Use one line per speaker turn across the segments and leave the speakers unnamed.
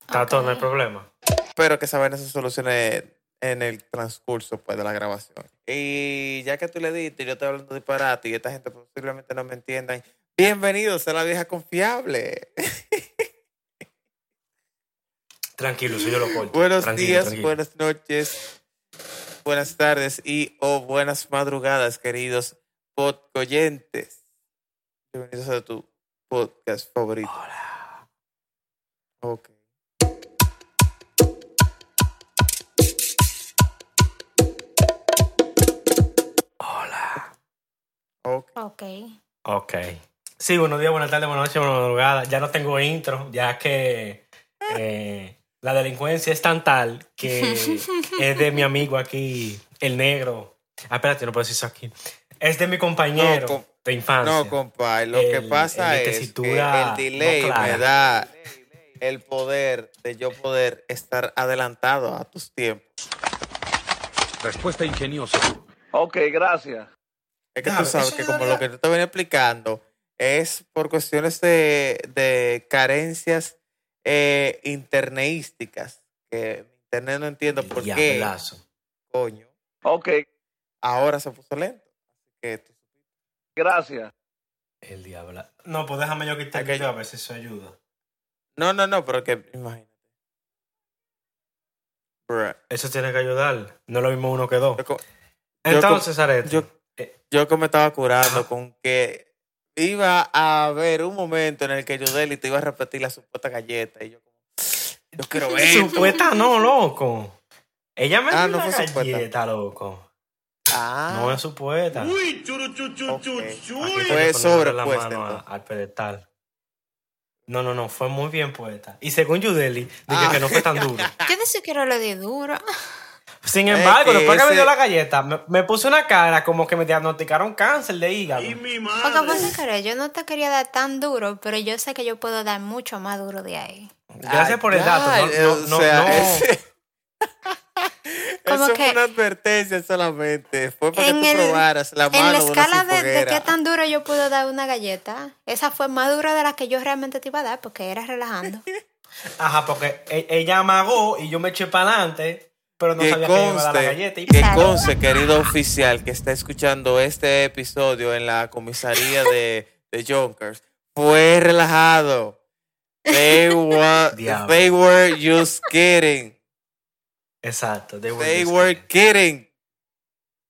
Está todo, no hay problema.
Pero que esa vaina se solucione en el transcurso pues, de la grabación. Y ya que tú le diste, yo estoy hablando disparate y esta gente posiblemente no me entiendan. Bienvenidos a la vieja confiable.
Tranquilo, eso yo lo corto.
Buenos
Tranquilo,
días,
tranquilo.
buenas noches, buenas tardes y o buenas madrugadas, queridos podcoyentes. Bienvenidos a tu podcast favorito.
Hola.
Ok.
Hola.
ok.
Ok.
Ok. Sí, buenos días, buenas tardes, buenas noches, buenas madrugadas. Ya no tengo intro, ya que eh, la delincuencia es tan tal que es de mi amigo aquí, el negro. Ah, espérate, no puedo decir eso aquí. Es de mi compañero
No, com-
de infancia.
No, compadre, lo que
El-
pasa
el de
es que
tesitura
el delay
no clara.
me da el poder de yo poder estar adelantado a tus tiempos.
Respuesta ingeniosa.
Ok, gracias.
Es que
Claro,
tú sabes
eso
que
es
como
verdad.
lo que yo te venía explicando es por cuestiones de, de carencias eh, interneísticas, que internet no entiendo por qué,
Diablazo.
coño,
Ok,
ahora se puso lento. Así que tú-
gracias.
El diablazo. No, pues déjame yo quitar el
Aquello.
video a ver si eso ayuda.
No, no, no, pero que imagínate. Bruh.
Eso tiene que ayudar. No es lo mismo uno que dos.
Yo co- yo
Entonces, Arete.
yo- eh, Yo que me estaba curando con que iba a haber un momento en el que Yudeli te iba a repetir la supuesta galleta. Y yo como, yo quiero ver.
Supuesta no, loco. Ella me
Ah,
dio
no
una
fue supuesta.
galleta, loco.
Ah,
No es supuesta.
ok.
Aquí
Fue
estoy poniéndole la
sobrepuesta,
mano a-
entonces.
al pedestal. No, no, no, fue muy bien puesta. Y según Yudeli, dije
Ah.
que no fue tan duro.
Yo de eso quiero lo de duro.
Sin
Es
embargo,
que
después que me dio
ese-
la galleta, me, me puse una cara como que me diagnosticaron cáncer de hígado. Ah,
Porque pasa que yo no te quería dar tan duro, pero yo sé que yo puedo dar mucho más duro de ahí.
Gracias por el
Ah,
dato.
ya,
No,
o
no, no,
sea,
no.
ese-
Como
eso fue
que-
una advertencia solamente. Fue para
En
que
el-
tú probaras la mano
en la
de una
escala de, de
cifoguera.
qué tan duro yo puedo dar una galleta, esa fue más dura de la que yo realmente te iba a dar porque era relajando.
Ajá, porque e- ella amagó y yo me eché para adelante, pero no
que
sabía que iba a dar la
conste,
galleta. Y...
que
Claro.
conste, querido oficial, que está escuchando este episodio en la comisaría de, de Junkers. Fue relajado. They were,
Diablo.
they were just kidding.
Exacto. they were
They
just
were
kidding.
kidding.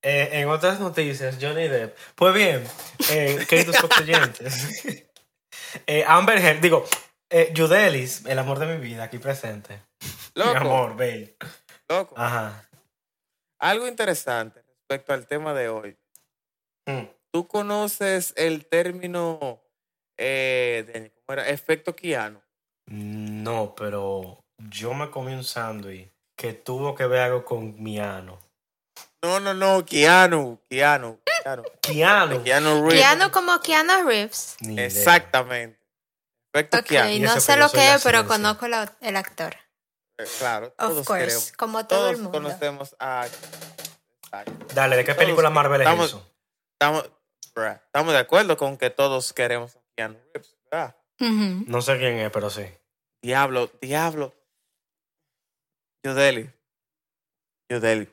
Eh, en otras noticias, Johnny Depp. Pues bien, eh, queridos oyentes. eh, Amber Heard, digo, eh, Judelis, el amor de mi vida, aquí presente. Mi
Loco,
amor, Ah. babe.
loco.
Ajá.
Algo interesante respecto al tema de hoy.
Mm.
¿Tú conoces el término eh, de- ¿cómo era? efecto Keanu?
No, pero yo me comí un sándwich que tuvo que ver algo con mi ano.
No, no, no, Keanu, Keanu, Keanu.
Kiano.
Keanu Reeves.
Keanu como Keanu Reeves.
Ni idea.
Exactamente. Efecto
Ok,
Keanu.
Y
no
eso
sé
que yo
lo
soy
que
la
es, pero
ciencia.
conozco la- el actor.
Eh, Claro, todos
Of course,
queremos.
como todo
Todos
el mundo.
conocemos a. Exacto.
Dale, ¿de qué
Todos
película
que-
Marvel es
estamos-
eso?
Estamos, bruh, estamos de acuerdo con que todos queremos a Keanu Reeves, ¿verdad?
Ujú.
No sé quién es, pero sí.
Diablo, diablo. Yudeli. Yudeli.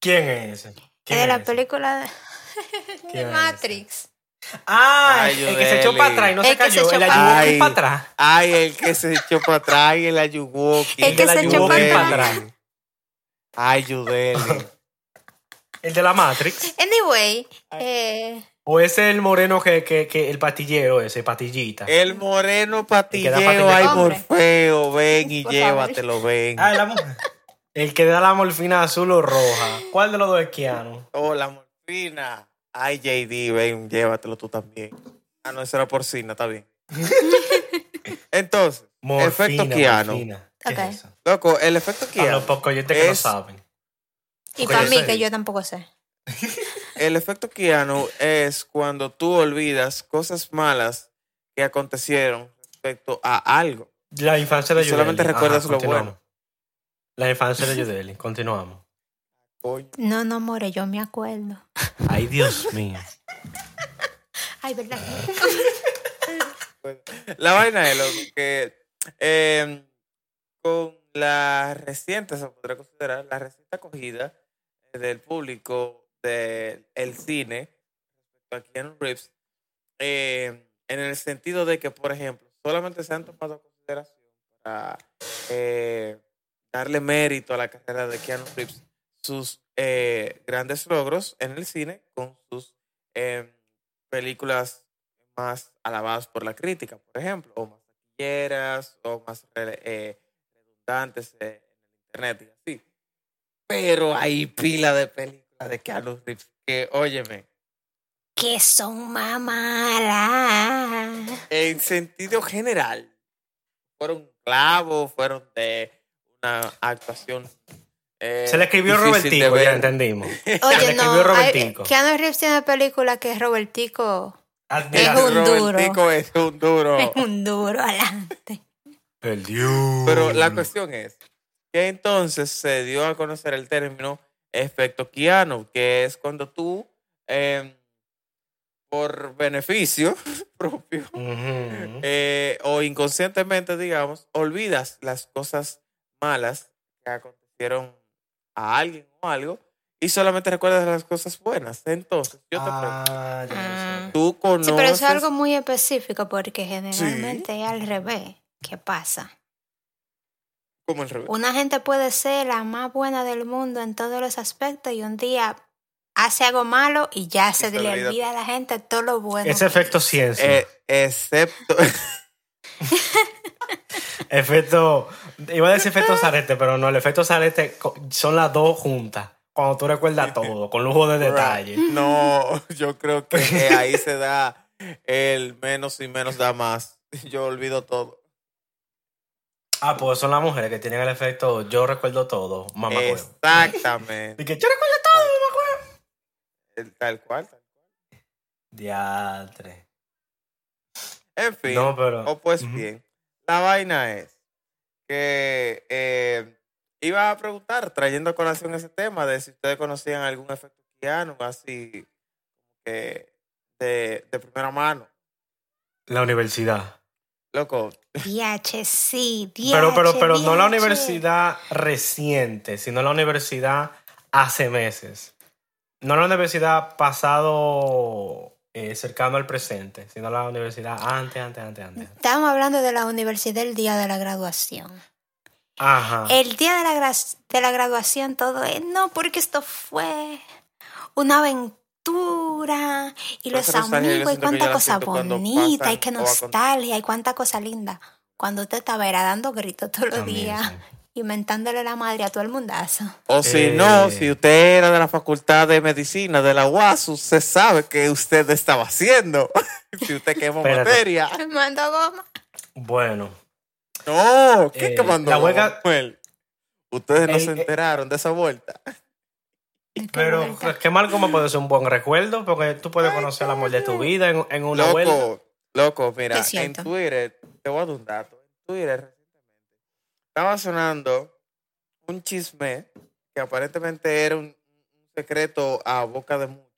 ¿Quién es ese?
Es
¿Quién
de la
ese?
película de,
¿Quién
de
es?
Matrix.
Ah,
Ay,
el que se echó
Yudeli.
para atrás y no
El
se
que se
cayó.
echó
el
pa'
ayudó
atrás.
para atrás.
Ay, el que se echó para atrás y el ayugó.
El que se echó
para
Yudeli.
atrás.
Ay, Yudeli.
El de la Matrix.
Anyway,
Ay.
eh,
O ese el moreno que, que, que el patillero, ese patillita.
El moreno patillero,
patilla-
ay,
Hombre.
Morfeo, ven y
Por favor.
llévatelo, ven.
Ah, la mujer. El que da la morfina azul o roja. ¿Cuál de los dos es Keanu?
Hola, morfina. Ay, JD, ven, llévatelo tú también. Ah, no, eso era porcina, está bien. Entonces,
Morfina.
efecto Keanu.
morfina. ¿Qué
Ok.
es eso?
Loco, el efecto
Para los
Keanu,
pocoyotes que no
Es-
saben.
y
Ok,
para
yo
mí
sé.
que yo tampoco sé.
el efecto Keanu es cuando tú olvidas cosas malas que acontecieron respecto a algo.
La infancia de
Y
Yudeli.
solamente recuerdas lo
continuamos.
bueno.
La infancia de Yudeli. Continuamos.
Coño.
No, no, more, yo me acuerdo.
Ay, Dios mío.
Ay, ¿verdad?
La vaina es loco, que Eh, con la reciente, se podría considerar, la reciente acogida eh, del público del el cine respecto a Keanu Reeves, eh, en el sentido de que, por ejemplo, solamente se han tomado en consideración para eh, darle mérito a la carrera de Keanu Reeves sus eh, grandes logros en el cine con sus eh, películas más alabadas por la crítica, por ejemplo, o más taquilleras, o más re- eh, redundantes eh, en el internet y así. Pero hay pila de películas de Keanu Reeves que, óyeme,
Que son mamaras.
en sentido general, fueron un clavo, fueron de una actuación. eh,
Se le escribió
difícil de
Robertico, ya
ver.
entendimos.
Oye,
Le escribió
no. hay-
Robertico.
Keanu Reeves tiene una película que es Robertico.
Admira-
Es un duro.
Robertico es un duro.
Oh.
Es un duro adelante.
El diablo.
Pero la cuestión es que entonces se dio a conocer el término efecto Keanu, que es cuando tú, eh, por beneficio propio
Ujú.
eh, o inconscientemente, digamos, olvidas las cosas malas que acontecieron a alguien o algo y solamente recuerdas las cosas buenas. Entonces, yo te pregunto,
Ah, ya lo sé.
tú conoces...
Sí, pero eso es algo muy específico porque generalmente es al revés. ¿Qué pasa?
como el revés.
Una gente puede ser la más buena del mundo en todos los aspectos y un día hace algo malo y ya se,
se
le
olvida.
olvida a la gente todo lo bueno.
Ese efecto ciencia.
Eh, excepto...
Efecto. Iba a decir efecto zarete, pero no, el efecto zarete co- son las dos juntas. Cuando tú recuerdas todo, con lujo de detalle.
Right. No, yo creo que eh, ahí se da el menos y menos da más. Yo olvido todo.
Ah, pues son las mujeres que tienen el efecto yo recuerdo todo, mamá. huevo.
Exactamente.
Y que yo recuerdo todo, mamá. huevo".
El- Tal cual. tal cual.
Diatre.
En fin.
No, pero.
O pues
Ujú.
bien. La vaina es que eh, iba a preguntar, trayendo a colación ese tema, de si ustedes conocían algún efecto Keanu, así eh, de, de primera mano.
La universidad.
Loco,
DH, sí, DH,
Pero, pero, pero no la
DH.
universidad reciente, sino la universidad hace meses. No la universidad pasado eh, cercano al presente, sino la universidad antes, antes, antes, antes.
Estábamos hablando de la universidad el día de la graduación.
Ajá.
El día de la, gra- de la graduación todo es, no, porque esto fue una aventura y los
Profesor Rosario, yo
amigos y
siento que yo
cuánta
la
cosa
siento cuando
bonita
pasan
y qué
o acon-
nostalgia y cuánta cosa linda. Cuando usted estaba era dando gritos todos los
También,
días
sí.
y mentándole la madre a todo el mundazo.
O si no,
Eh.
si usted era de la Facultad de Medicina de la UASU, se sabe que usted estaba haciendo. si usted quemó
Espérate.
materia.
Mando goma.
Bueno,
No, ¿qué
Eh,
quemando?
la huelga-
Manuel? Ustedes no
Eh,
El-
se
el-
enteraron de esa vuelta.
pero pues, qué mal como puede ser un buen recuerdo, porque tú puedes conocer el amor de tu vida en, en una vuelta.
Loco, loco, mira,
Es
en
cierto.
Twitter, te voy a dar un dato. En Twitter recientemente estaba sonando un chisme que aparentemente era un, un secreto a boca de muchos.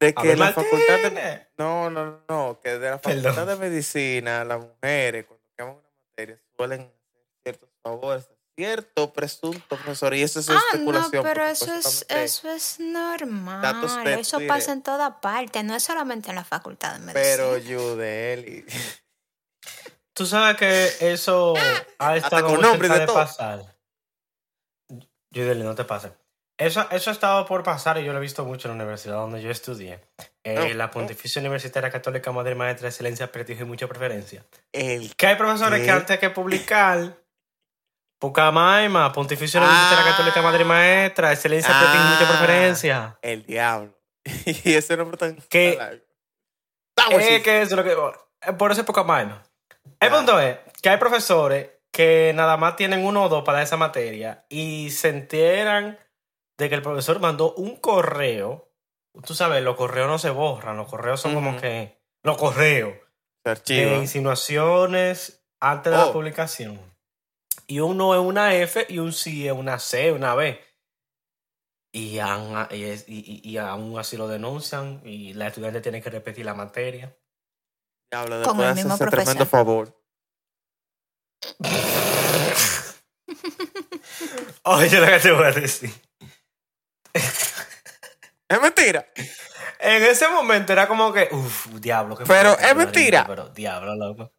De que
Abel
la facultad de
Martínez.
No, no, no, no, que de la
Perdón.
Facultad de Medicina, las mujeres, cuando queman una materia, suelen hacer ciertos favores a cierto presunto profesor, y eso es
Ah, no,
especulación.
pero
porque
eso es,
supuestamente-
eso es normal.
datos de
Eso
Twitter.
pasa en toda parte, no es solamente en la facultad de medicina.
Pero Yudeli,
Tú sabes que eso ha
Hasta
estado
con
muy
nombre y
cerca
de
de,
todo.
pasar. Yudeli, no te pases. Eso, eso ha estado por pasar y yo lo he visto mucho en la universidad donde yo estudié. Eh,
Oh,
la
oh.
Pontificia Universitaria Católica Madre Maestra Excelencia, Prestigio y Mucha Preferencia.
el
Que hay profesores
¿Qué?
que antes que publicar, Pucamaima, Pontificia Universitaria
Ah.
Católica Madre Maestra, Excelencia, Prestigio y Mucha
Ah.
Preferencia.
el diablo. y ese nombre tan, tan
¿Qué?
largo.
Eh,
Vamos, Ah, pues sí.
que eso es lo que- eh, por eso es Pucamaima. El
Claro.
punto es que hay profesores que nada más tienen uno o dos para esa materia y se enteran de que el profesor mandó un correo. Tú sabes, los correos no se borran, los correos son como
Ujú.
que... Los correos
Se
de
archiva.
insinuaciones antes de la
Oh.
publicación. Y un no es una F y un sí es una C, una B. Y, han- y es- y- y- y aún así lo denuncian y la estudiante tiene que repetir la materia.
Diablo,
Con el
después hace
mismo
ese tremendo
profesor.
favor.
Oye, lo que te voy a decir.
Es mentira.
En ese momento era como que, uff, diablo. qué
Pero
fuerte,
es
marico,
mentira.
Pero diablo, loco.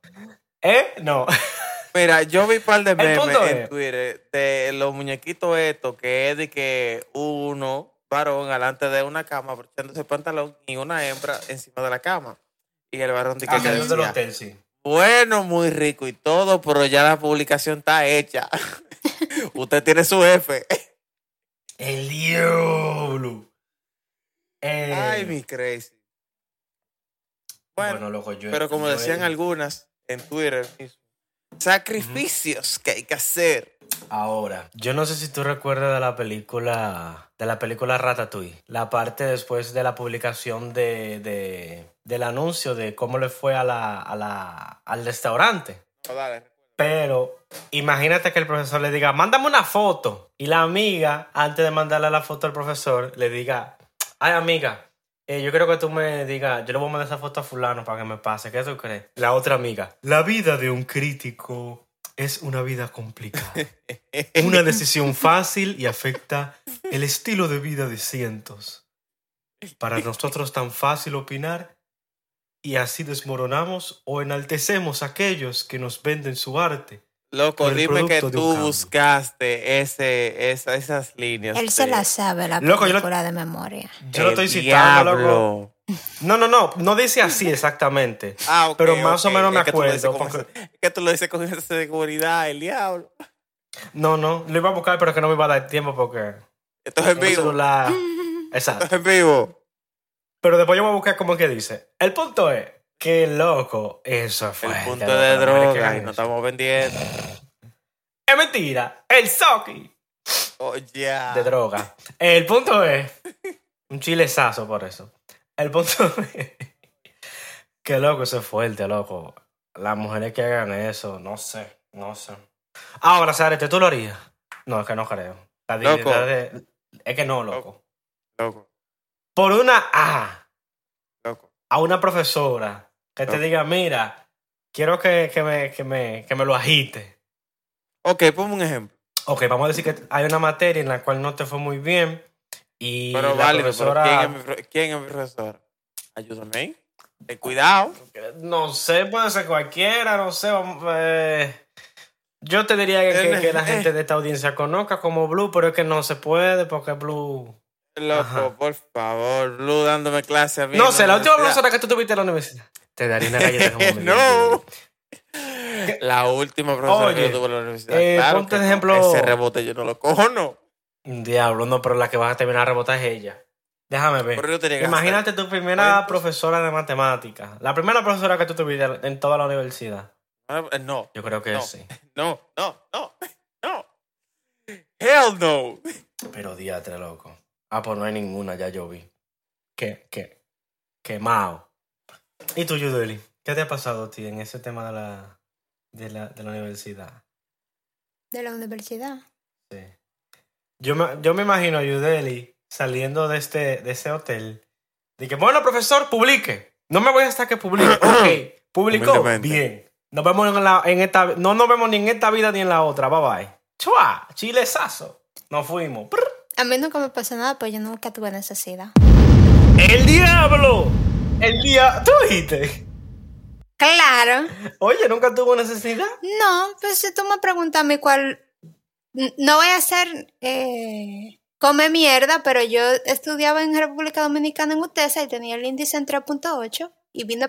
¿Eh? No.
Mira, yo vi un par de memes
punto
en
es-
Twitter de los muñequitos estos que es de que uno varón alante de una cama brochándose el pantalón y una hembra encima de la cama. Y el varón dice
Ah,
que
eso es del
decía,
hotel, sí.
bueno, muy rico y todo, pero ya la publicación está hecha. Usted tiene su F.
Eh. El diablo. Eh,
Ay, mi crazy.
bueno,
Bueno,
loco, yo.
pero como
yo-
decían algunas en Twitter, sacrificios que hay que hacer.
Ahora, yo no sé si tú recuerdas de la película, de la película Ratatouille, la parte después de la publicación de, de- del anuncio de cómo le fue a la, a la, al restaurante.
No, dale.
Pero imagínate que el profesor le diga, mándame una foto. Y la amiga, antes de mandarle la foto al profesor, le diga, ay amiga, eh, yo quiero que tú me digas, yo le voy a mandar esa foto a fulano para que me pase. ¿Qué tú crees? La otra amiga, la vida de un crítico es una vida complicada. Una decisión fácil y afecta el estilo de vida de cientos. Para nosotros tan fácil opinar y así desmoronamos o enaltecemos a aquellos que nos venden su arte.
Loco,
Por el
dime que
producto de un
tú
cambio.
buscaste ese, esa- esas líneas.
Él se
de-
la sabe la
Este, Loco, yo lo-
película de memoria.
Yo lo
El
estoy citando, loco.
diablo.
No, no, no, no dice así exactamente.
Ah, ok,
Pero más o
ok.
menos me
Es que tú lo dices
acuerdo,
con
porque-
esa- Es que tú lo dices con esa seguridad, el diablo.
No, no, lo iba a buscar, pero es que no me iba a dar tiempo porque
Esto es en
tengo el
vivo.
celular. Exacto.
Esto es en vivo.
Pero después yo voy a buscar cómo es que dice. El punto es que loco, eso fue.
El punto
loco,
de
las mujeres que
droga
hagan
y no
eso.
estamos vendiendo.
Es mentira. El Soki.
Oh, ya.
de droga. El punto es. Un chilezazo por eso. El punto es. Que loco, eso es fuerte, loco. Las mujeres que hagan eso, no sé, no sé. Ahora, Sarete, ¿tú lo harías? No, es que no creo. La
Loco.
dignidad de- Es que no, loco.
Loco,
Por una A,
loco.
a una profesora que te
Loco.
diga, mira, quiero que, que me, que, me, que me lo agite.
Ok, ponme un ejemplo.
Ok, vamos a decir que hay una materia en la cual no te fue muy bien y
Pero
la
válido, pero
profesora...
¿quién, es mi, pro- quién es mi profesor? Ayúdame. ahí. Eh, Cuidado.
No sé, puede ser cualquiera, no sé. vamos, eh, Yo te diría que, que-
Eh,
que la gente de esta audiencia conozca como Blue, pero es que no se puede porque Blue...
Loco,
Ajá.
por favor, Blue dándome clase a mí.
No
en
sé, la última
universidad.
profesora que tú tuviste en la universidad. Te daría una galleta como me dio.
no. La última profesora que
Oye,
yo tuve en la universidad.
eh,
claro
ponte de
que no.
ejemplo-
Ese rebote yo no lo cojo, no.
Diablo, no, pero la que vas a terminar a rebotar es ella. Déjame ver.
Pero yo tenía que
Imagínate
hacer
tu primera
cuentos.
profesora de matemáticas. La primera profesora que tú tuviste en toda la universidad.
Eh, No,
Yo creo que
No.
sí.
no, no, no, no. Hell no.
Pero diatre, loco. Ah, pues no hay ninguna, ya yo vi. Que, que, quemado. ¿Y tú, Yudeli? ¿Qué te ha pasado a ti en ese tema de la, de la, de la universidad?
De la universidad.
Sí. Yo me, yo me imagino a Yudeli saliendo de, este, de ese hotel. De que, bueno, profesor, publique. No me voy hasta que publique. ok, publicó.
Humildemente.
Bien. Nos vemos en, la, en esta... No nos vemos ni en esta vida ni en la otra. Bye bye. Chua, chilezazo. Nos fuimos. Prr.
A mí nunca me pasó nada, pues yo nunca tuve necesidad.
¡El diablo! El diablo. ¿Tú dijiste?
Claro.
Oye, nunca tuvo necesidad.
No, pues si tú me preguntas a mí cuál... N- No voy a ser... Eh, come mierda, pero yo estudiaba en República Dominicana en UTESA y tenía el índice en 3.8 y vine,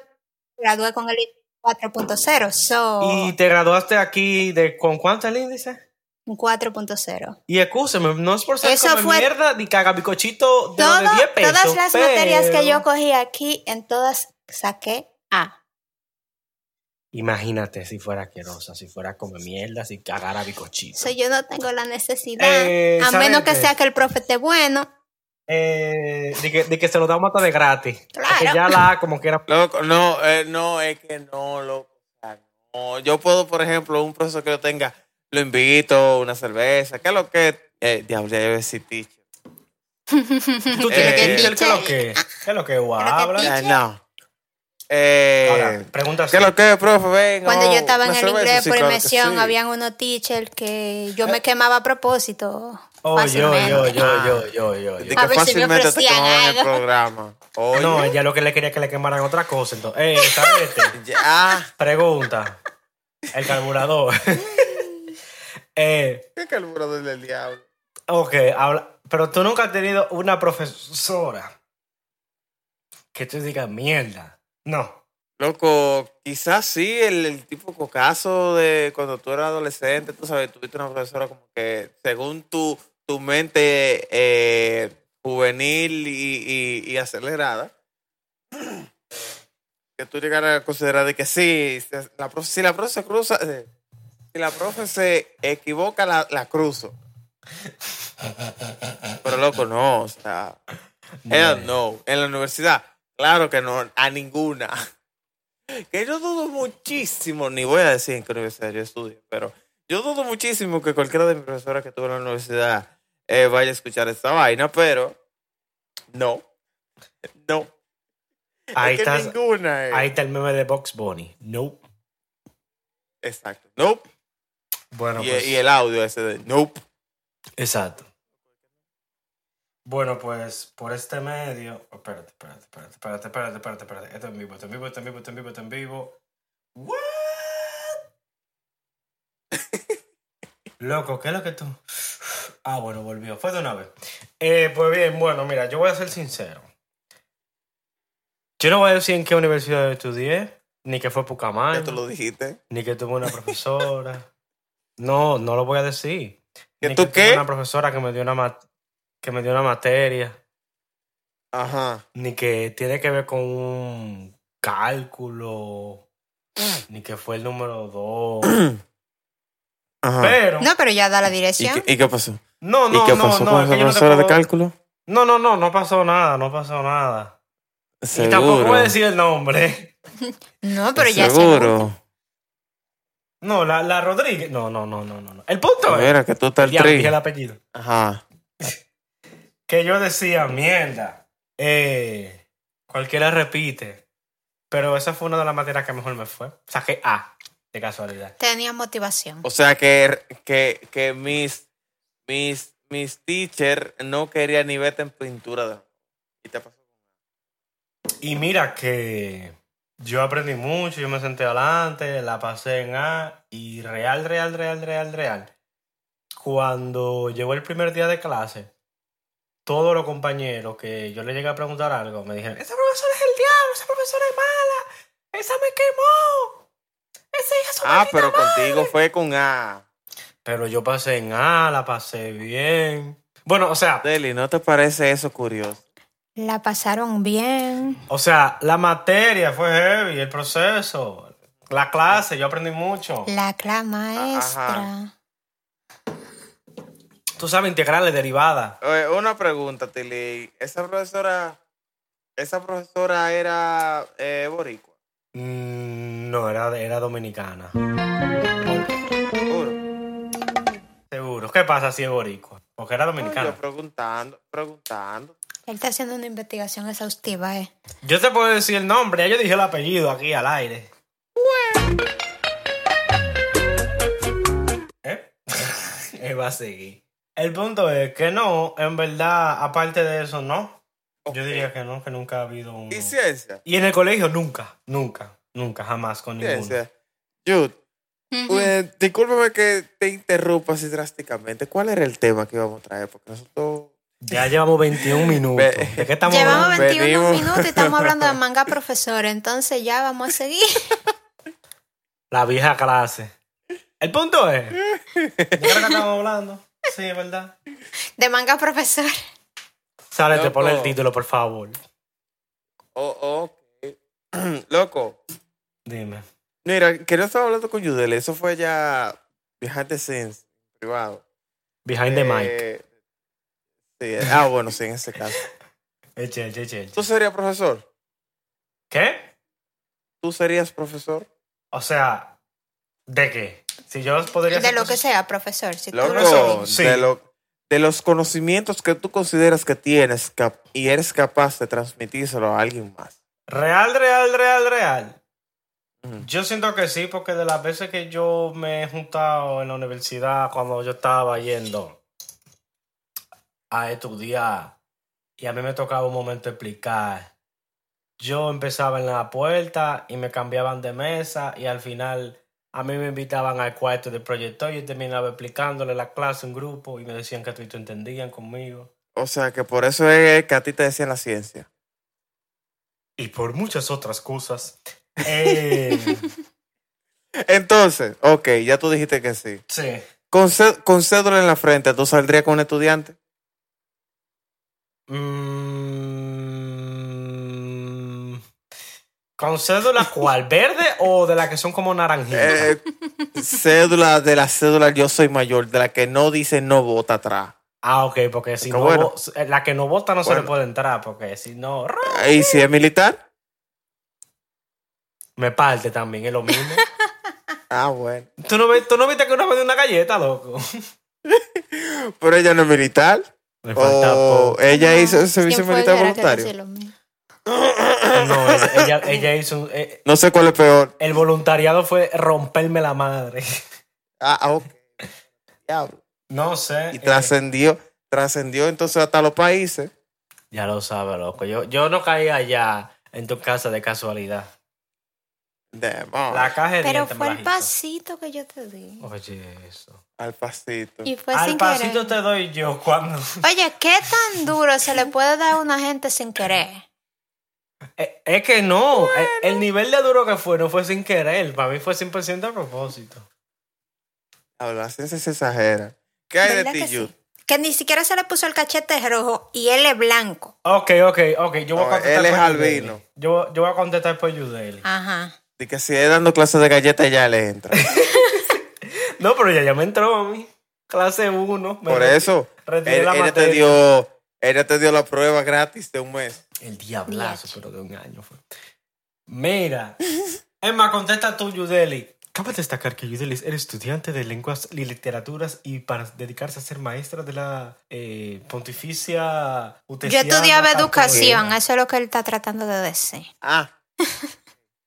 gradué con el 4.0, so...
Y te graduaste aquí de con cuánto el índice?
un 4.0.
Y escúcheme, no es por ser
Eso
come
fue-
mierda ni caga bicochito de, los de
Todo-
10 pesos.
todas las
pero-
materias que yo cogí aquí, en todas saqué A.
Imagínate si fuera asquerosa, si fuera come mierda, si cagara bicochito.
So, yo no tengo la necesidad,
Eh,
a menos que
¿saben qué?
sea que el profe esté bueno.
Eh, de, que, de que se lo damos hasta de gratis.
Claro.
Porque ya la como que era.
Loco, no, eh, no, es que no, loco. o sea, no. Yo puedo, por ejemplo, un profesor que yo tenga, lo invito, una cerveza, ¿qué es lo que? Eh, diablo, ya yo decía teacher.
Tú tienes
Eh,
Ah.
que decir qué es lo que. ¿Qué es lo que
que
habla?
Eh, no. Eh,
Preguntas.
¿Qué lo que, profe? Venga.
Cuando
oh,
yo estaba en
una
el
cerveza,
inglés
sí,
por
claro que
inmersión,
sí. Eh.
habían unos teachers que yo me quemaba a propósito.
Oh, yo,
fácilmente.
yo, yo, yo, yo, yo,
De
yo.
que
A ver si me
fácilmente te
ofrecían
quemaban el
algo.
programa. Oye,
No, ella lo que le quería es que le quemaran otra cosa. Entonces, eh, sabete,
ya.
pregunta. El carburador. eh,
Qué carburador del diablo.
ok, habla. Pero tú nunca has tenido una profesora que tú digas mierda. No.
Loco, quizás sí, el, el típico caso de cuando tú eras adolescente, tú sabes, tuviste una profesora como que según tu, tu mente eh, juvenil y, y- y acelerada, que tú llegaras a considerar de que sí, se- la profe- si la profe se cruza, eh, si la profe se equivoca, la, la cruzo. Pero loco, no, o sea, hell no. En la universidad, claro que no, a ninguna. Que yo dudo muchísimo, ni voy a decir en qué universidad yo estudio, pero yo dudo muchísimo que cualquiera de mis profesoras que tuve en la universidad eh, vaya a escuchar esta vaina, pero no, no.
Ahí
es que
estás.
ninguna. eh.
Ahí está el meme de Box Bunny. No.
Exacto. Nope.
Bueno, pues,
y, y el audio ese de nope.
Exacto. Bueno, pues por este medio. oh, Espérate, espérate, espérate, espérate, espérate, espérate, espérate. Esto es en vivo, esto es en vivo, esto es en vivo, esto es en vivo, esto es en vivo. What? Loco, ¿qué es lo que tú.? Ah, bueno, volvió. Fue de una vez. Eh, pues bien, bueno, mira, yo voy a ser sincero. Yo no voy a decir en qué universidad yo estudié, ni que fue Pucamán,
Ya tú lo dijiste.
ni que tuve una profesora. No, no lo voy a decir.
¿Que
Ni
tú
que tuve
qué?
Una profesora que me dio una ma- que me dio una materia,
Ajá.
ni que tiene que ver con un cálculo, ni que fue el número dos.
Ajá.
Pero
No, pero ya da la
¿Y
dirección.
qué, y qué pasó?
no, no,
Ah. ¿Y qué
no,
pasó
no,
con
es
esa
que yo no te
profesora de
puedo-
cálculo?
No, no, no, no pasó nada, no pasó nada. Y
Seguro.
tampoco voy a decir el nombre.
No, pero ya
Seguro.
No, la, la Rodríguez. No, no, no, no, no. no. El punto es.
Mira, que tú estás el
Ya
tri.
dije el apellido.
Ajá.
que yo decía, mierda, eh, cualquiera repite. Pero esa fue una de las materias que mejor me fue. Saqué A, de casualidad.
Tenía motivación.
O sea que, que, que mis, mis, mis teacher no quería ni verte en pintura. de- Y te pasó.
Y mira que yo aprendí mucho, yo me senté adelante, la pasé en A y real, real, real, real, real. Cuando llegó el primer día de clase, todos los compañeros que yo le llegué a preguntar algo me dijeron, esa profesora es el diablo, esa profesora es mala, esa me quemó, esa hija es una
Ah, pero contigo fue con A.
Pero yo pasé en A, la pasé bien. Bueno, o sea,
Deli, ¿no te parece eso curioso?
La pasaron bien.
o sea, la materia fue heavy, el proceso, la clase, yo aprendí mucho.
Oh.
La clama
Ah,
maestra.
Tú sabes integrales, derivadas.
Oye, una pregunta, Tili. Esa profesora, esa profesora era eh, boricua.
Mm, No, era, era dominicana.
Seguro.
Seguro. ¿Qué pasa si es boricua? Porque era dominicana.
Yo preguntando, preguntando.
Él está haciendo una investigación exhaustiva, eh.
Yo te puedo decir el nombre, ya yo dije el apellido aquí al aire. ¿Eh? Él va a seguir. El punto es que no, en verdad, aparte de eso, no. Yo
Ok.
diría que no, que nunca ha habido un...
¿Y ciencia?
Y en el colegio nunca, nunca, nunca, jamás con ninguno.
Ciencia. Jude,
Ujú.
Bueno, discúlpame que te interrumpa así drásticamente. ¿Cuál era el tema que íbamos a traer? Porque nosotros.
Ya llevamos 21 minutos.
Ve-
¿De qué estamos
Llevamos
hablando?
21
Venimos.
minutos y estamos hablando de manga profesor, entonces ya vamos a seguir.
La vieja clase. El punto es... ¿De qué era que estamos hablando? Sí, es verdad.
De manga profesor.
Sale, te pone el
Loco.
título, por favor.
Oh, ok. Loco.
Dime.
Mira, que no estaba hablando con Yudel. Eso fue ya. Viajante Sins, privado.
Behind the mic.
Eh, sí, ah, bueno, sí, en ese caso.
Eche, eche, eche, eche.
¿Tú serías profesor?
¿Qué?
¿Tú serías profesor?
O sea, ¿de qué? Si yo podría
De
ser
lo que
profe-
sea, Eh, profesor. Si tú lo
Loco,
Sí.
de, lo- de los conocimientos que tú consideras que tienes cap- y eres capaz de transmitírselo a alguien más.
Real, real, real, real.
Ujú.
Yo siento que sí, porque de las veces que yo me he juntado en la universidad cuando yo estaba yendo a estudiar y a mí me tocaba un momento explicar, yo empezaba en la puerta y me cambiaban de mesa y al final a mí me invitaban al cuarto del proyector y yo terminaba explicándole la clase a un grupo y me decían que tú y tú entendían conmigo.
O sea, que por eso es que a ti te decían la ciencia.
Y por muchas otras cosas. Eh,
Entonces, ok, ya tú dijiste que sí.
sí.
Con, cé- con cédula en la frente, ¿tú saldrías con un estudiante?
Mm. ¿Con cédula cuál? ¿Verde o de la que son como naranjitas?
Eh, cédula de la cédula yo soy mayor, de la que no dice no vota atrás.
ah, ok, porque si
que
no.
bueno.
vo- eh, La que no vota no se le
Bueno.
puede entrar, porque si no. ru-
¿Y si es militar?
Me parte también, es lo mismo.
Ah, bueno.
¿Tú no, ves- tú no viste que una vez de una galleta, loco?
Pero ella no es militar.
Me falta
O
poco.
ella
No,
hizo el
¿quién
servicio
fue
militar
el que era que decía
voluntario.
lo mismo?
No, es- ella, ella hizo. un- eh,
No sé cuál es peor.
el voluntariado fue romperme la madre.
Ah, ah, ok. Diablo.
No sé.
Y
eh,
trascendió, trascendió entonces hasta los países.
ya lo sabes, loco. Yo, yo no caí allá en tu casa de casualidad.
Demonios.
La caja de
Pero
dientes me
fue
la
el
hizo.
pasito que yo te di.
Oye, eso.
Al pasito.
Y fue
Al
Pues sin
pasito
querer.
te doy yo cuando.
Oye, ¿qué tan duro se le puede dar a una gente sin querer?
Eh, Es que no. eh, El nivel de duro que fue no fue sin querer. Para mí fue 100% a propósito.
Diablo, la ciencia se exagera. ¿Qué hay de
¿Verdad
ti,
que
Jude?
sí? Que ni siquiera se le puso el cachete rojo y él es blanco.
Ok, ok, ok. Yo voy a
No,
contestar
él es
por
albino.
Yudeli. Yo, yo voy a contestar por Yudeli.
Ajá.
De que si es dando clases de galletas ya le entra.
No, pero ya, ya me entró a mí. Clase 1.
Por eso,
retiré pues,
él-
la
ella te
materia.
dio, ella te dio la prueba gratis de un mes.
El diablazo, pero de un año fue. Mira. Emma, contesta tú, Yudeli. Cabe destacar que Yudeli era estudiante de lenguas y literaturas y para dedicarse a ser maestra de la eh, pontificia
Yo
utesiana
estudiaba
católica.
educación, eso es lo que él está tratando de decir.
Ah,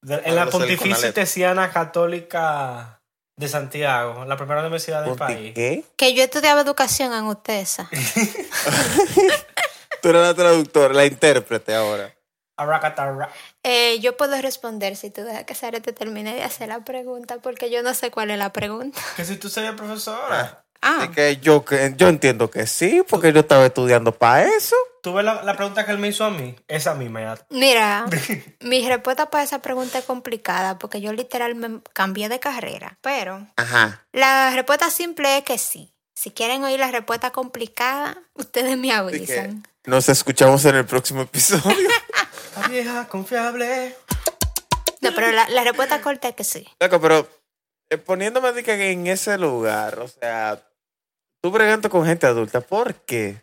De- en
Ahora
la
lo salí con la
pontificia
letra.
utesiana católica de Santiago, la primera universidad del
¿Ponti
país.
qué?
Que yo estudiaba educación en UTESA.
Tú eres la traductora, la intérprete ahora.
Aracatarra.
Eh, yo puedo responder si tú dejas que Sara te termine de hacer la pregunta, porque yo no sé cuál es la pregunta.
Que si tú serías profesora.
Ah,
Es que yo, que- yo entiendo que sí, porque yo estaba estudiando para eso.
¿Tú ves la, la pregunta que él me hizo a mí? Esa misma. ya.
mira, mi respuesta para esa pregunta es complicada, porque yo literal me cambié de carrera, pero
Ajá.
la respuesta simple es que sí. Si quieren oír la respuesta complicada, ustedes me
Así que
avisan.
nos escuchamos en el próximo episodio.
La vieja confiable.
No, pero la, la respuesta corta es que sí.
Loco, pero eh, poniéndome de que en ese lugar, o sea, tú bregando con gente adulta, ¿por qué?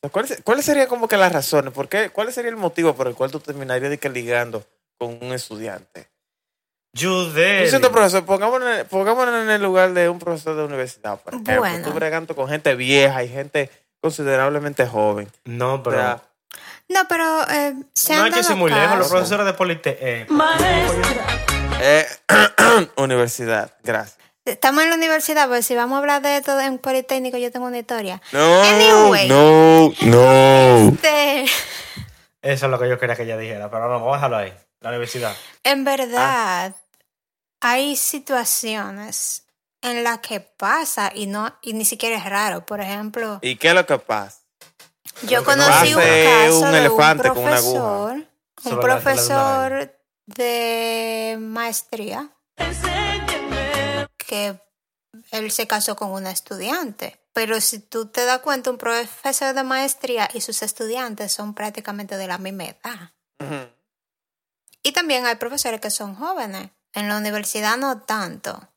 O sea, ¿cuál se- ¿Cuáles serían como que las razones? ¿Por qué? ¿Cuál sería el motivo por el cual tú terminarías de que ligando con un estudiante? Yo
Yudeli.
siento, profesor, pongámonos, en- pongámonos en el lugar de un profesor de universidad, por ejemplo.
Bueno.
Tú bregando con gente vieja y gente considerablemente joven.
No,
O
bro.
sea,
No, pero eh, se
no
han
hay que
dado
irse muy lejos. Los
casos.
profesores de Polite. eh,
eh, universidad, gracias.
Estamos en la universidad, pero si vamos a hablar de esto en Politécnico, yo tengo una historia.
No,
Anyway.
no, no.
Este,
eso es lo que yo quería que ella dijera. Pero no, vamos a dejarlo ahí. La universidad.
en verdad,
Ah.
hay situaciones en las que pasa y no y ni siquiera es raro. Por ejemplo,
¿Y qué es lo que pasa?
que no
yo conocí un
hace
caso
un
de
elefante
un
con una aguja.
profesor, un
Solo la- la de una
profesor de maestría que él se casó con una estudiante. Pero si tú te das cuenta, un profesor de maestría y sus estudiantes son prácticamente de la misma edad.
Ujú.
Y también hay profesores que son jóvenes. En la universidad no tanto.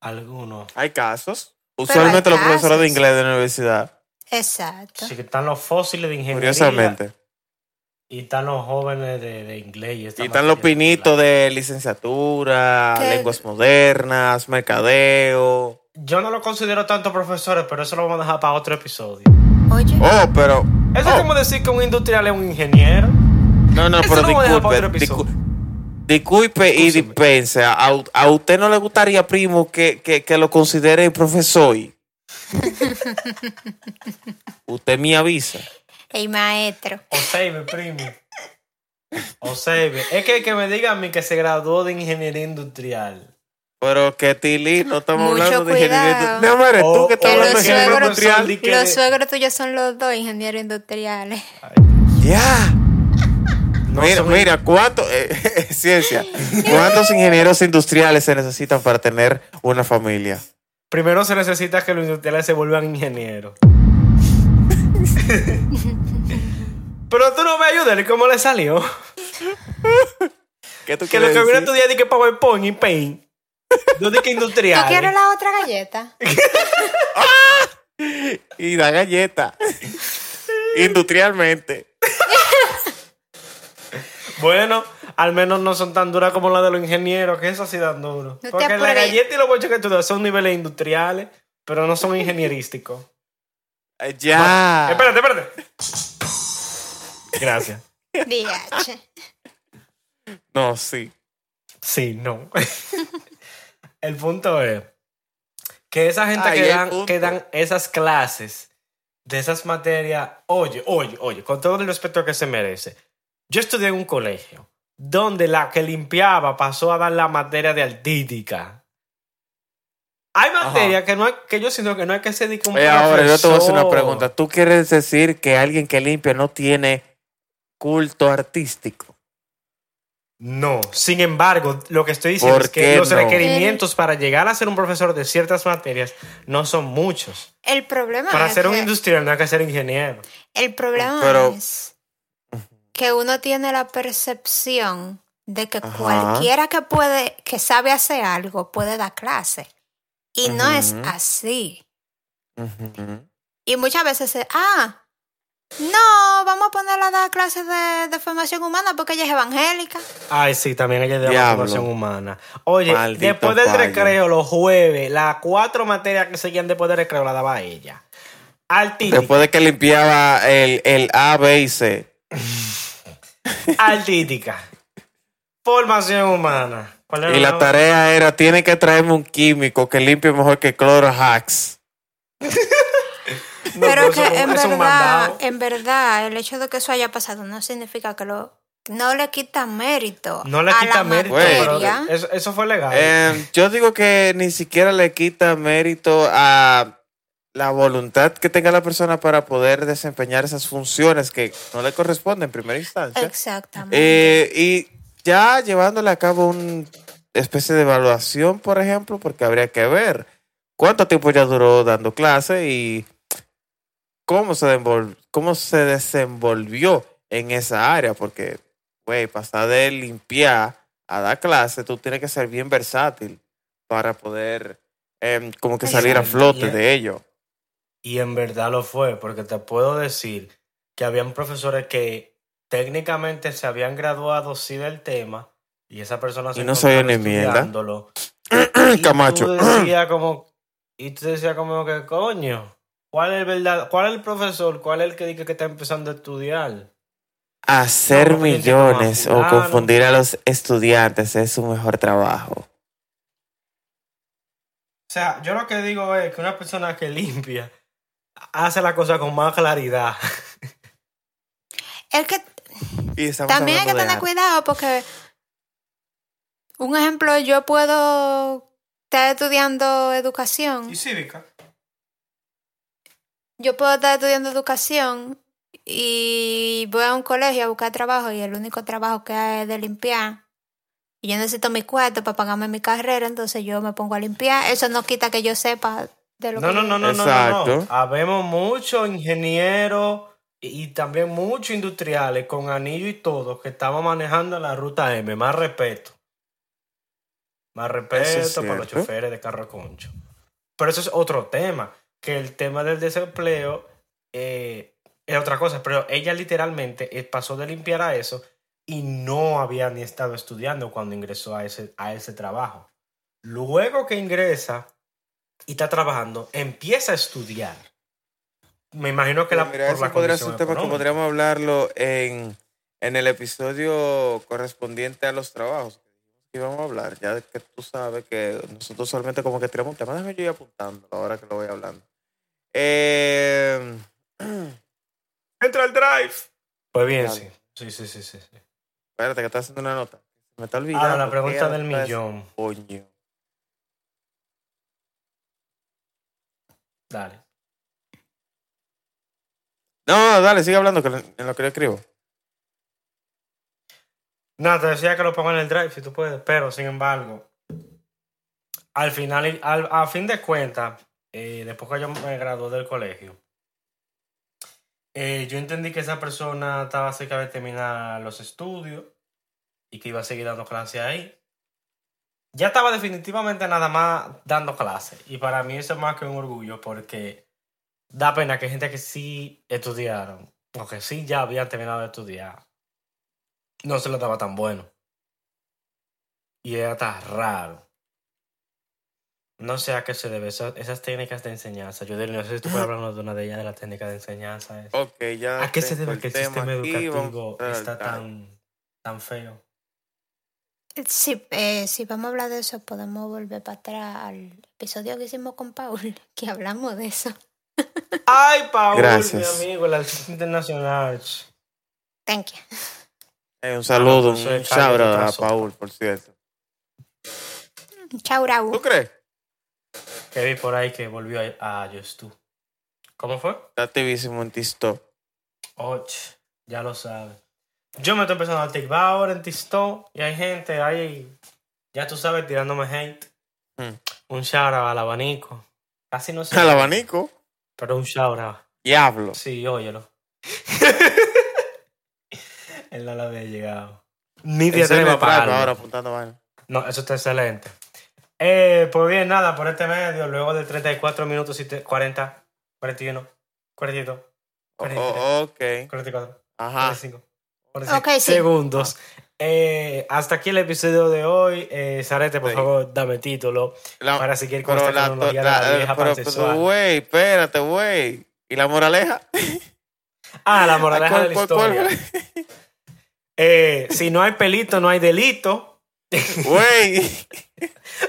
Algunos.
Hay casos. Usualmente
hay
los profesores de
casos.
inglés de la universidad,
Exacto.
Sí, que están los fósiles de ingeniería.
curiosamente.
Y están los jóvenes de, de inglés. Y, esta
Y están los
materia
pinitos
particular.
de licenciatura,
Que-
lenguas modernas, mercadeo.
Yo no lo considero tanto profesores, pero eso lo vamos a dejar para otro episodio.
Oye,
Oh, pero.
Eso
oh,
es como decir que un industrial es un ingeniero.
No, no,
Eso lo
pero
vamos a dejar para
disculpe.
otro episodio.
discu- Disculpe y
Escúcheme.
dispense. A, a usted no le gustaría, primo, que, que, que lo considere el profesor. usted me avisa.
El maestro.
Osebe, primo. Osebe. Es que, que me diga a mí que se graduó de ingeniería industrial.
Pero que Tili, no estamos
Mucho
hablando de ingeniería.
cuidado.
No, hombre, tú
O-
que estás
o
hablando de
los
ingeniería
suegros-
industrial.
¿Qué?
Los suegros tuyos son los dos ingenieros industriales.
Ya.
No
mira,
soy-
mira, ¿cuánto, eh, ciencia, ¿cuántos ingenieros industriales se necesitan para tener una familia?
Primero se necesita que los industriales se vuelvan ingenieros. Pero tú no me ayudas, ¿cómo le salió?
¿Qué tú
Que
Pues
lo que vino tu día dije PowerPoint y Paint. Yo dije
¿Tú
industrial.
quieres la otra galleta?
Y da galleta. Industrialmente.
Bueno, al menos no son tan duras como las de los ingenieros, que eso sí dan duro.
te
Porque la
apures.
galleta y los bochos que tú das son niveles industriales, pero no son ingenierísticos.
Eh,
Ah.
Ya.
Espérate, espérate. Gracias.
DH.
No, sí.
Sí, no. el punto es que esa gente
Ahí
que,
el
dan,
punto.
que dan esas clases de esas materias, oye, oye, oye, con todo el respeto que se merece. Yo estudié en un colegio donde la que limpiaba pasó a dar la materia de artística. Hay
Ajá.
materias que no hay- que yo siento que no hay que se dedique un
Oye, ahora yo te voy a hacer una
profesor.
pregunta. ¿Tú quieres decir que alguien que limpia no tiene culto artístico?
No, sin embargo, lo que estoy diciendo
¿Por
es
qué
que los
no?
requerimientos para llegar a ser un profesor de ciertas materias no son muchos.
El problema
Para
es
ser un
que-
industrial no hay que ser ingeniero.
El problema
Pero-
es que uno tiene la percepción de que
Ajá.
cualquiera que puede, que sabe hacer algo, puede dar clase. Y no es
Ujú.
así.
Ujú.
Y muchas veces se, ah, no, vamos a ponerla a dar clases de, de formación humana porque ella es evangélica.
Ay, sí, también hay que de la
Diablo.
formación humana. Oye,
Maldito
después del
fallo.
recreo, los jueves, las cuatro materias que seguían después del recreo las daba ella. Artística,
Después de que limpiaba el, el A, B y C.
artística, formación humana. ¿Cuál era
Y la
otra?
tarea era, tiene que traerme un químico que limpie mejor que Clorox.
No,
pero
pero
que
eso es
en
un- es un
verdad,
mandado.
en verdad, el hecho de que eso haya pasado no significa que lo no le quita mérito.
No le
a la
quita mérito, pero
materia.
eso, eso fue legal.
Eh, yo digo que ni siquiera le quita mérito a la voluntad que tenga la persona para poder desempeñar esas funciones que no le corresponden en primera instancia.
Exactamente.
Pues, Eh, y ya llevándole a cabo una especie de evaluación, por ejemplo, porque habría que ver cuánto tiempo ya duró dando clase y cómo se, desenvol- cómo se desenvolvió en esa área, porque, güey, pasar de limpiar a dar clase, tú tienes que ser bien versátil para poder em, como que salir a
Exacto.
flote
Yeah.
de ello.
Y en verdad lo fue, porque te puedo decir que habían profesores que técnicamente se habían graduado sí del tema y esa persona
Y no sabía ni mierda.
estudiándolo. Y
Camacho.
tú decías como, y tú decías como que, coño, ¿cuál es el verdad? ¿Cuál es el profesor? ¿Cuál es el que dice que está empezando a estudiar?
Hacer
No, porque yo tengo
millones o
apurado.
confundir a los estudiantes es su mejor trabajo.
O sea, yo lo que digo es que una persona que limpia hace la cosa con más claridad.
Es que También hay que tener cuidado porque, un ejemplo, yo puedo estar estudiando educación.
cívica.
Yo puedo estar estudiando educación y voy a un colegio a buscar trabajo y el único trabajo que hay es de limpiar. Y yo necesito mi cuarto para pagarme mi carrera, entonces yo me pongo a limpiar. Eso no quita que yo sepa de lo
No,
que...
no, no, no, no, no, no.
Exacto.
Habemos muchos ingenieros y, y también muchos industriales con anillo y todo que estamos manejando la ruta M. Más respeto. Más respeto
es
para los
cierto.
choferes de carro concho. Pero eso es otro tema. Que el tema del desempleo eh, es otra cosa. Pero ella literalmente eh, pasó de limpiar a eso y no había ni estado estudiando cuando ingresó a ese, a ese trabajo. Luego que ingresa y está trabajando, empieza a estudiar. Me imagino que la,
Pues Mira,
por
ese
la
podría ser
condición
un tema que
económica.
podríamos hablarlo en en el episodio correspondiente a los trabajos que íbamos a hablar, ya de que tú sabes que nosotros solamente como que tiramos un tema, déjame yo ir apuntando ahora que lo voy hablando. Eh, entra el drive.
Pues bien,
Claro.
sí. Sí, sí, sí, sí. sí.
Espérate, que está haciendo una nota. Me está olvidando.
Ahora, Ah, la
¿qué
pregunta del
nota es?
millón.
Coño.
Dale.
No, dale, sigue hablando que en lo que yo escribo.
No, te decía que lo pongo en el drive si tú puedes, pero sin embargo, al final, al- a fin de cuentas, eh, después que yo me gradué del colegio, eh, yo entendí que esa persona estaba cerca de terminar los estudios y que iba a seguir dando clases ahí. Ya estaba definitivamente nada más dando clases y para mí eso es más que un orgullo porque da pena que gente que sí estudiaron o que sí ya habían terminado de estudiar no se lo daba tan bueno. Y era tan raro. No sé a qué se debe esa- esas técnicas de enseñanza. Yo no sé si tú puedes hablarnos de una de ellas, de las técnicas de enseñanza. esa.
Ok, ya.
¿A qué se
tengo
debe que el
tema
sistema
aquí,
educativo
vamos a entrar al
está
drive.
tan, tan feo?
Si, eh, si vamos a hablar de eso, podemos volver para atrás al episodio que hicimos con Paul, que hablamos de eso.
¡Ay, Paul,
Gracias.
mi amigo, el artista internacional! ch.
Thank you.
Eh, un saludo,
Ah, pues,
un
eh, cállate,
shout a
trazo.
Paul, por cierto.
Chau, Raúl.
¿Tú crees?
Que vi por ahí que volvió a, a Just Tú. ¿Cómo fue?
Está activísimo en TikTok.
Och, Oh, ya lo sabes. Yo me estoy empezando a tirar ahora en TikTok y hay gente ahí, ya tú sabes, tirándome hate.
Hmm.
Un shout out al abanico. Casi no sé.
Al abanico.
Pero un shout out.
Diablo.
Sí, óyelo. Él no lo había llegado. Ni te
Ese es
atrevas
el
a
trato
pagarlo.
ahora apuntando vaina.
No, eso está excelente. Eh, pues bien, nada, por este medio, luego de 34 minutos y te- 40, 41, 42,
O-
43,
o- Oh, ok.
44.
Ajá.
45, 45
Ok, sí.
segundos. Eh, hasta aquí el episodio de hoy. Eh, Sarete, por
Sí.
favor, dame el título
La-
para seguir con
pero
esta
la,
cronología de
la- eh,
la vieja
pero, pues,
pansexual.
pero, güey, espérate, güey. ¿Y la moraleja?
Ah, la moraleja
¿Cuál-
de la
cuál- cuál-
historia. Eh, si no hay pelito, no hay delito.
Güey.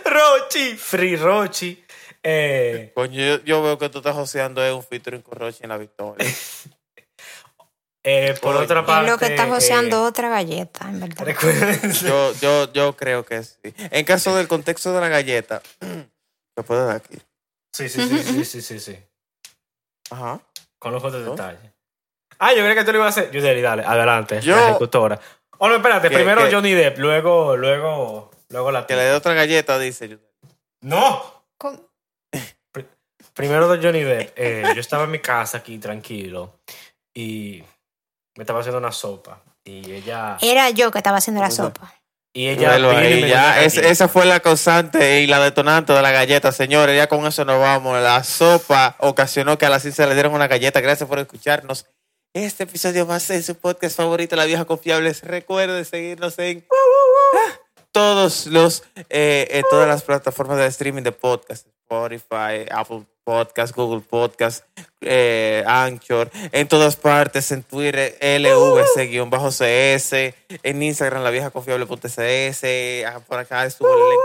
Rochi, Free Rochi. Eh,
Coño, yo, yo veo que tú estás joseando es un featuring con Roche en la victoria.
eh, por
Coño.
otra
Es
parte.
Es lo que está joseando
eh,
otra galleta, en verdad.
recuerden-
Yo, yo, yo creo que sí. En caso del contexto de la galleta, lo puedo dar aquí.
Sí, sí, sí, sí, sí, sí, sí.
Ajá.
Con los otros
¿No?
detalles. Ah, yo creía que tú lo ibas a hacer. Yo dale, dale, adelante.
Yo-
La ejecutora. Oh, no, espérate.
Que-
Primero
que-
Johnny Depp, luego, luego, luego la
Que le
tipa.
dé otra galleta, dice. yo.
¡No!
Con-
Primero de Johnny Depp. Eh, yo estaba en mi casa aquí, tranquilo. Y me estaba haciendo una sopa. Y ella.
Era yo que estaba haciendo la
Ujú.
sopa.
Y ella.
Velo
vino y
ahí,
me dio
ya.
una
Es-
galleta.
esa fue la causante y la detonante de la galleta, señores. Ya con eso nos vamos. La sopa ocasionó que a la ciencia le dieron una galleta. Gracias por escucharnos. Este episodio más en su podcast favorito, La Vieja Confiable. Recuerden seguirnos en ah, todos los, eh, eh, todas las plataformas de streaming de podcast. Spotify, Apple Podcast, Google Podcast, eh, Anchor, en todas partes, en Twitter, LVC-CS, en Instagram, la vieja confiable.cs, ah, por acá estuvo el link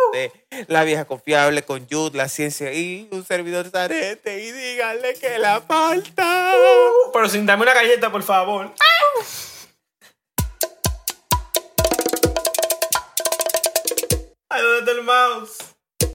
de la vieja confiable con Jude, la ciencia y un servidor tarete y díganle que la falta.
Pero sin darme una galleta, por favor. Ay, ¿dónde está el mouse?